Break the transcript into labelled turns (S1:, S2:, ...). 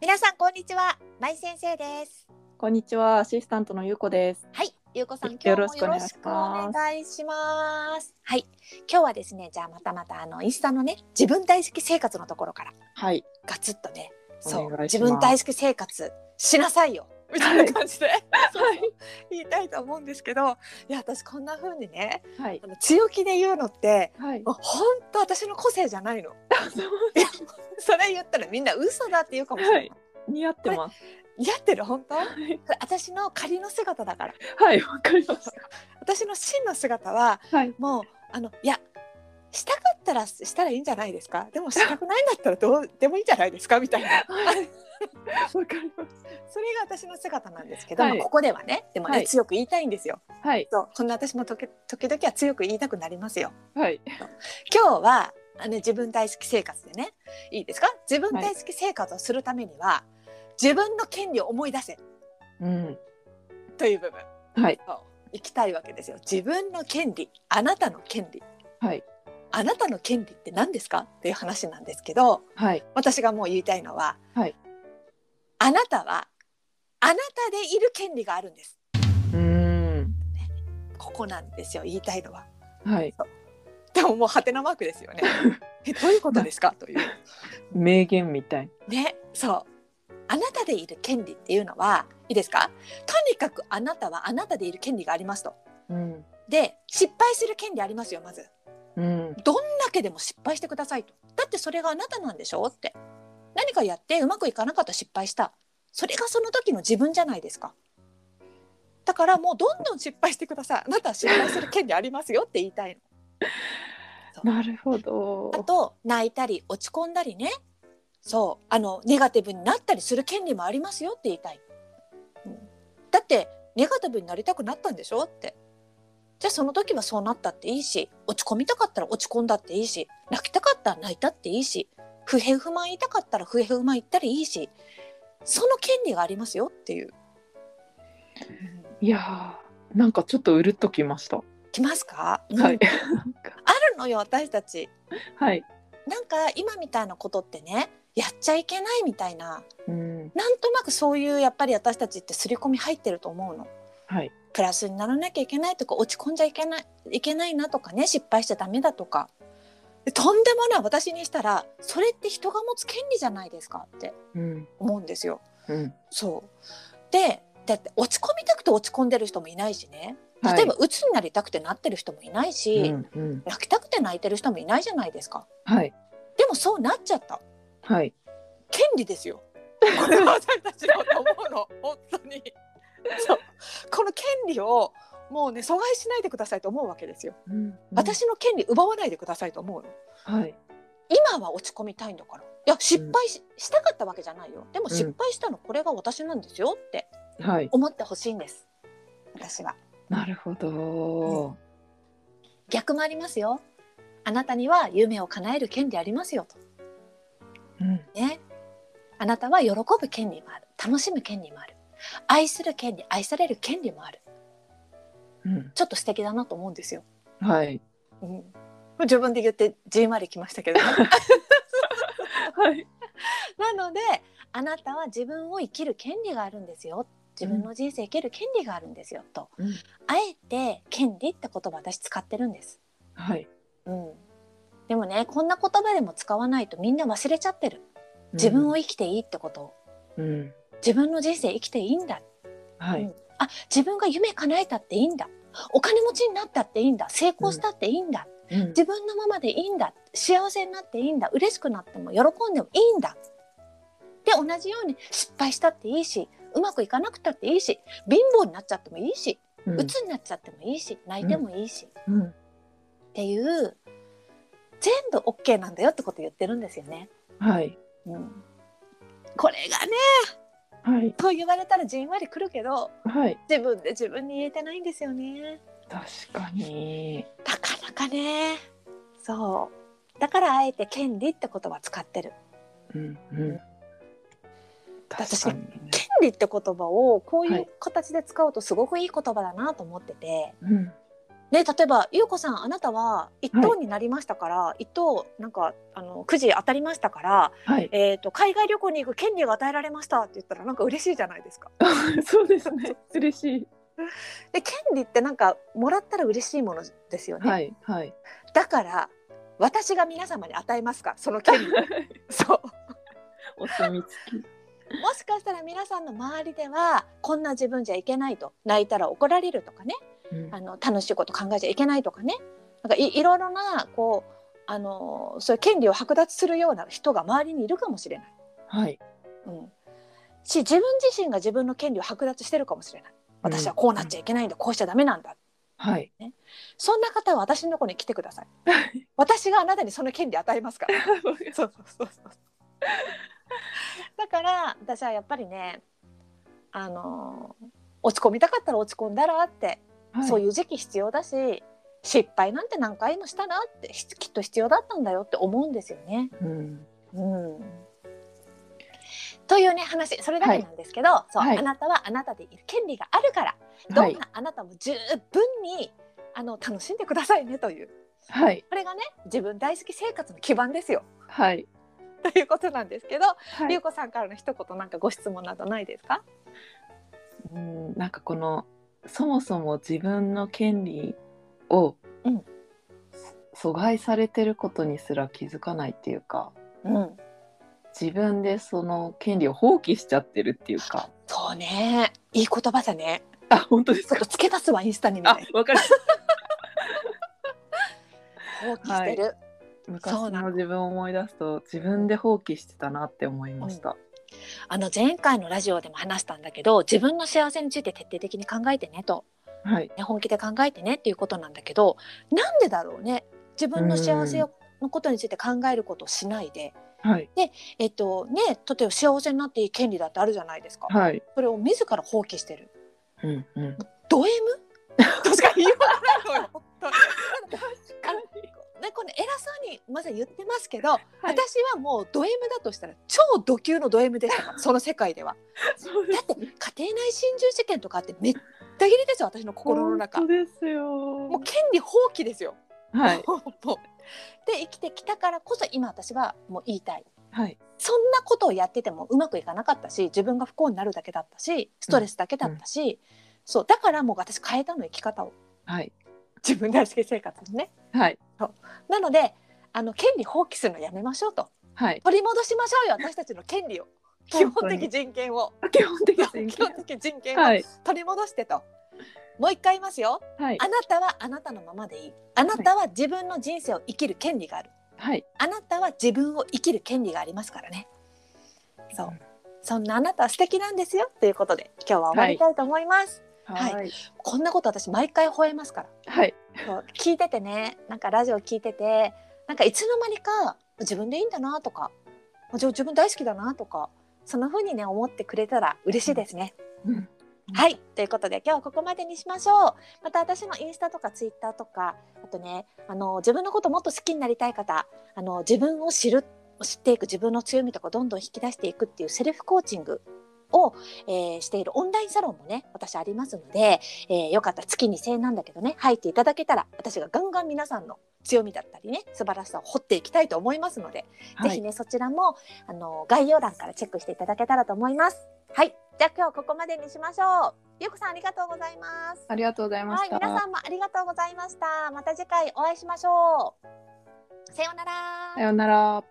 S1: 皆さんこんにちは、まい先生です。
S2: こんにちは、アシスタントのゆうこです。
S1: はい、ゆうこさん、今日もよ
S2: よ
S1: ろ
S2: ろ
S1: し
S2: し
S1: く
S2: く
S1: お
S2: お
S1: 願
S2: 願
S1: い
S2: い
S1: し
S2: し
S1: ま。
S2: ますす
S1: はい、今日はですね、じゃあまたまたあのインスタのね、自分大好き生活のところから
S2: はい、
S1: ガツッとね、そ
S2: お
S1: う、
S2: 願いし
S1: 自
S2: ます
S1: 分大好き生活しなさいよ。みたいな感じで、 そうそう言いたいと思うんですけどいや私こんな風にね
S2: はい
S1: あ、の強気で言うのって
S2: はい
S1: も、うほんと私の個性じゃないのいやそれ言ったらみんな嘘だって言うかもしれない、
S2: はい、似合ってます。
S1: 似合ってる本当
S2: はい、
S1: 私の仮の姿だから
S2: はい、わかりまし
S1: 私の真の姿は
S2: た。はい、
S1: もうあのいやしたかったらしたらいいんじゃないですかでもしたくないんだったらどうでもいいんじゃないですかみたいな
S2: わかります。
S1: それが私の姿なんですけど、
S2: はい
S1: まあここではねでもね、
S2: はい
S1: 強く言いたいんですよ
S2: はい、
S1: そうこんな私も時時々は強く言いたくなりますよ
S2: はい、
S1: 今日はあの自分大好き生活でねいいですか自分大好き生活をするためには、自分の権利を思い出せ
S2: うん、
S1: という部分
S2: はい、
S1: 行きたいわけですよ自分の権利あなたの権利
S2: はい、
S1: あなたの権利って何ですかっていう話なんですけど
S2: はい、
S1: 私がもう言いたいのは、
S2: はい
S1: あなたはあなたでいる権利があるんです
S2: うーん、
S1: ここなんですよ言いたいのは
S2: はい、
S1: でももうハテナマークです よねえどういうことですかという
S2: 名言みたい。
S1: ねそうあなたでいる権利っていうのはいいですかとにかくあなたはあなたでいる権利がありますと
S2: うん、
S1: で失敗する権利ありますよまず
S2: うん、
S1: どんだけでも失敗してくださいとだってそれがあなたなんでしょって何かやってうまくいかなかった失敗したそれがその時の自分じゃないですかだからもうどんどん失敗してくださいあなたは失敗する権利ありますよって言いたいの
S2: なるほど
S1: あ。と泣いたり落ち込んだりねそうあのネガティブになったりする権利もありますよって言いたい、うんだってネガティブになりたくなったんでしょってじゃあその時はそうなったっていいし落ち込みたかったら落ち込んだっていいし泣きたかったら泣いたっていいし不平不満言いたかったら不平不満言ったりいいしその権利がありますよっていう、
S2: いやー、なんかちょっとうるっときました。
S1: きますか、
S2: は
S1: うん
S2: い、
S1: あるのよ私たち
S2: はい、
S1: なんか今みたいなことってねやっちゃいけないみたいな
S2: うん、
S1: なんとなくそういうやっぱり私たちって刷り込み入ってると思うの。
S2: はい、
S1: プラスにならなきゃいけないとか落ち込んじゃいけないいけないなとかね失敗しちゃダメだとかでとんでもない私にしたらそれって人が持つ権利じゃないですかって
S2: うん、
S1: 思うんですよ。
S2: うん、
S1: そうでだって落ち込みたくて落ち込んでる人もいないしね例えば鬱になりたくてなってる人もいないし、
S2: はい、うん、うん、
S1: 泣きたくて泣いてる人もいないじゃないですか。
S2: はい、
S1: でもそうなっちゃった
S2: はい、
S1: 権利ですよ。これは私たちのと思う の本当に。そうこの権利をもうね阻害しないでくださいと思うわけですよ。
S2: うん、
S1: 私の権利奪わないでくださいと思うの。
S2: はい、
S1: 今は落ち込みたいんだから。いや失敗し,、したかったわけじゃないよ。でも失敗したのこれが私なんですよって
S2: はい、
S1: 思ってほしいんです。私は
S2: なるほど。
S1: 逆もありますよ。あなたには夢を叶える権利ありますよと。
S2: うん、
S1: ね。あなたは喜ぶ権利もある。楽しむ権利もある。愛する権利、愛される権利もある。
S2: うん、
S1: ちょっと素敵だなと思うんですよ。
S2: はい、
S1: うん、自分で言ってじんわりきましたけど、ね、
S2: はい、
S1: なのであなたは自分を生きる権利があるんですよ自分の人生生きる権利があるんですよと、
S2: うん
S1: あえて「権利」って言葉私使ってるんです、
S2: はい。
S1: うん、でもねこんな言葉でも使わないとみんな忘れちゃってる自分を生きていいってことを
S2: うん、うん、
S1: 自分の人生生きていいんだ
S2: は
S1: うん
S2: い、
S1: あ自分が夢叶えたっていいんだお金持ちになったっていいんだ成功したっていいんだ、
S2: うん
S1: 自分のままでいいんだ幸せになっていいんだ嬉しくなっても喜んでもいいんだで同じように失敗したっていいしうまくいかなくたっていいし貧乏になっちゃってもいいし
S2: うん
S1: 鬱になっちゃってもいいし泣いてもいいし、っ
S2: うん
S1: ていう全部 OK なんだよってこと言ってるんですよね。
S2: はい、
S1: うん、これがね
S2: はい、
S1: と言われたらじんわりくるけど
S2: はい、
S1: 自分で自分に言えてないんですよね。
S2: 確かに。
S1: なかなかねそうだからあえて「権利」って言葉使ってる。
S2: うん、うん。確かにね。
S1: 権利って言葉をこうい
S2: は
S1: う
S2: い
S1: 形で使うとすごくいい言葉だなと思ってて、
S2: うん、
S1: ね、例えば、ゆうこさん、あなたは一等になりましたから、一等、なんか、あの、くじ当たりましたから。
S2: はい。
S1: えっ、と、海外旅行に行く権利が与えられましたって言ったら、なんか嬉しいじゃないですか。
S2: そうですね。嬉しい。
S1: で、権利って、なんか、もらったら嬉しいものですよね。
S2: はい。はい。
S1: だから、私が皆様に与えますか、その権 利を。そう。
S2: お墨付き。
S1: もしかしたら皆さんの周りではこんな自分じゃいけないと泣いたら怒られるとかね
S2: うん
S1: あの楽しいこと考えちゃいけないとかねなんかいいろいろなこうあのそういう権利を剥奪するような人が周りにいるかもしれない、
S2: はい。
S1: うん、し自分自身が自分の権利を剥奪してるかもしれない私はこうなっちゃいけないんだ、こうしちゃダメなんだ
S2: はい。
S1: そんな方は私のところに来てください 私があなたにその権利与えますから そうそうそうそうだから私はやっぱりねあのー落ち込みたかったら落ち込んだらって、
S2: はい。
S1: そういう時期必要だし失敗なんて何回もしたらってひきっと必要だったんだよって思うんですよね。
S2: うん。
S1: うんというね話それだけなんですけど、そう
S2: はい
S1: あなたはあなたでいる権利があるから
S2: は
S1: どん
S2: い。
S1: なあなたも十分にあの楽しんでくださいねという
S2: はい。
S1: これがね自分大好き生活の基盤ですよ
S2: はい。
S1: ということなんですけど、
S2: は
S1: りゅ。
S2: いう
S1: こさんからの一言なんかご質問などないですか
S2: うん、なんかこのそもそも自分の権利を、
S1: うん
S2: そ阻害されてることにすら気づかないっていうか
S1: うん
S2: 自分でその権利を放棄しちゃってるっていうか
S1: そうねいい言葉だね
S2: あ本当です
S1: ちょっと付け足すわインスタにみ
S2: あ
S1: たい
S2: わかる
S1: な放棄してる、
S2: 昔
S1: そうなの
S2: の自分を思い出すと自分で放棄してたなって思いました、
S1: あの前回のラジオでも話したんだけど自分の幸せについて徹底的に考えてねと、
S2: はい
S1: ね、本気で考えてねっていうことなんだけどなんでだろうね自分の幸せをのことについて考えることをしないで、
S2: はい
S1: えっとね、例えば幸せになっていい権利だってあるじゃないですか、
S2: はい
S1: それを自ら放棄してる
S2: うんうん
S1: ド M? 確かに言わないのよ本当にね、この偉そうにまず言ってますけど、
S2: はい
S1: 私はもうド M だとしたら超ド級のド M でしたからその世界では
S2: そうで
S1: だ
S2: す
S1: って家庭内心中事件とかあってめった切りですよ私の心の中も
S2: 本当ですよ
S1: う権利放棄ですよ、
S2: はい
S1: もうで生きてきたからこそ今私はもう言いたい
S2: はい
S1: そんなことをやっててもうまくいかなかったし自分が不幸になるだけだったしストレスだけだったし、そうだからもう私変えたの生き方を
S2: はい
S1: 自分大好き生活にね
S2: はい
S1: なのであの権利放棄するのやめましょうと
S2: はい
S1: 取り戻しましょうよ私たちの権利を基
S2: 本当
S1: 本
S2: に
S1: 的人権を
S2: 基本 的
S1: 基
S2: に
S1: 本的人権を
S2: はい
S1: 取り戻してと、もう一回言いますよ
S2: はい
S1: あなたはあなたのままでいいあなたは自分の人生を生きる権利がある
S2: はい
S1: あなたは自分を生きる権利がありますからねそうそんなあなたは素敵なんですよということで今日は終わりたいと思います、
S2: はいはい
S1: こんなこと私毎回吠えますから
S2: はい
S1: そう聞いててねなんかラジオ聞いててなんかいつの間にか自分でいいんだなとかじゃあ自分大好きだなとかそんな風にね思ってくれたら嬉しいですね。
S2: うん
S1: はいということで今日はここまでにしましょうまた私のインスタとかツイッターとかあとねあの自分のこともっと好きになりたい方あの自分を知る知っていく自分の強みとかどんどん引き出していくっていうセルフコーチングを、えーしているオンラインサロンもね私ありますので、えーよかったら月2,000円なんだけどね入っていただけたら私がガンガン皆さんの強みだったりね素晴らしさを掘っていきたいと思いますので、
S2: は
S1: ぜひ
S2: い
S1: ねそちらもあの概要欄からチェックしていただけたらと思います。はいじゃあ今日はここまでにしましょう。ゆうこさんありがとうございます。
S2: ありがとうございま
S1: はい
S2: した
S1: 皆さんもありがとうございました。また次回お会いしましょう。さようなら。
S2: さようなら